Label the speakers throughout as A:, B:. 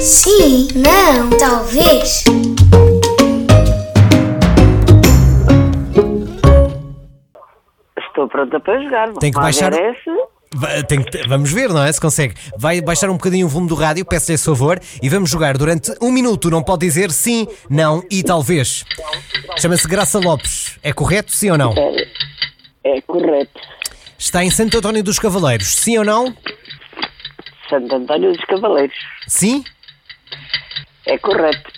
A: Sim, não, talvez.
B: Estou pronta para jogar.
C: Tem que baixar-
B: Esse.
C: Va- tem que te- vamos ver, não é? Se consegue. Vai baixar um bocadinho o volume do rádio, peço-lhe esse favor, e vamos jogar durante um minuto. Não pode dizer sim, não e talvez. Chama-se Graça Lopes. É correto, sim ou não?
B: É correto.
C: Está em Santo António dos Cavaleiros. Sim ou não?
B: Santo António dos Cavaleiros.
C: Sim?
B: É correto.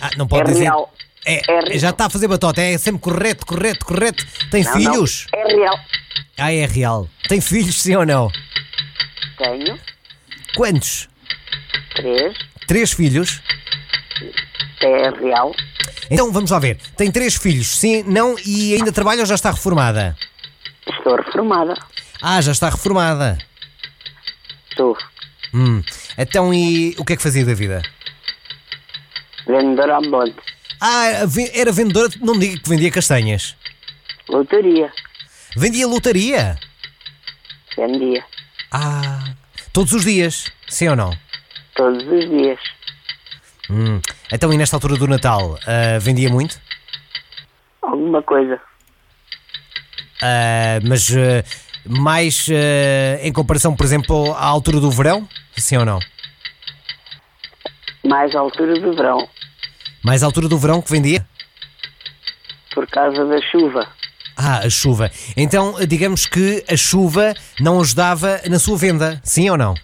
C: Ah, não pode
B: É
C: dizer.
B: real. É
C: É,
B: real.
C: já está a fazer batota. É sempre correto, correto, correto. Tem
B: Não,
C: filhos?
B: não, É real.
C: Ah, é real. Tem filhos, sim ou não?
B: Tenho
C: Quantos?
B: três.
C: Três filhos?
B: É real.
C: Então vamos lá ver. Tem três filhos, sim, não e ainda trabalha ou já está reformada?
B: Estou reformada.
C: Ah, já está reformada.
B: Estou
C: Hum. Então e o que é que fazia da vida?
B: vendedora ambulante.
C: Ah, ve- era vendedora, não me diga que vendia castanhas.
B: Lotaria.
C: Vendia lotaria?
B: Vendia.
C: Ah, todos os dias, sim ou não?
B: Todos os dias.
C: Hum. Então e nesta altura do Natal, ah, vendia muito?
B: Alguma coisa.
C: Ah, mas ah, mais ah, em comparação, por exemplo, à altura do verão, sim ou não?
B: Mais à altura do verão.
C: Mais à altura do verão que vendia?
B: Por causa da chuva.
C: Ah, a chuva. Então, digamos que a chuva não ajudava na sua venda, sim ou não?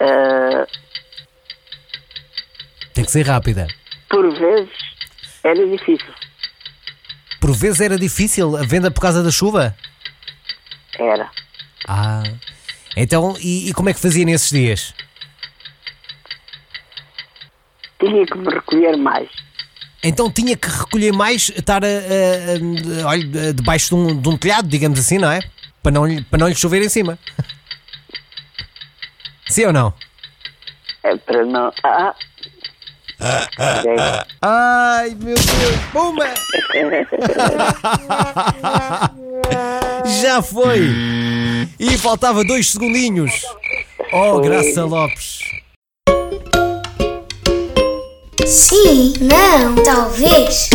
B: Ah,
C: Tem que ser rápida.
B: por vezes era difícil.
C: Por vezes era difícil a venda por causa da chuva?
B: Era.
C: Ah. Então, e, e como é que fazia nesses dias?
B: Tinha que me recolher mais.
C: Então tinha que recolher mais, estar a, a- a- olha, debaixo de um, de um telhado, digamos assim, não é? Para não, lhe- para não lhe chover em cima. Sim ou não?
B: É para não. Ah! Ok.
C: Ai, meu Deus! Puma! Já foi! E faltava dois segundinhos. Oh, Graça Lopes.
A: Sim, não, talvez.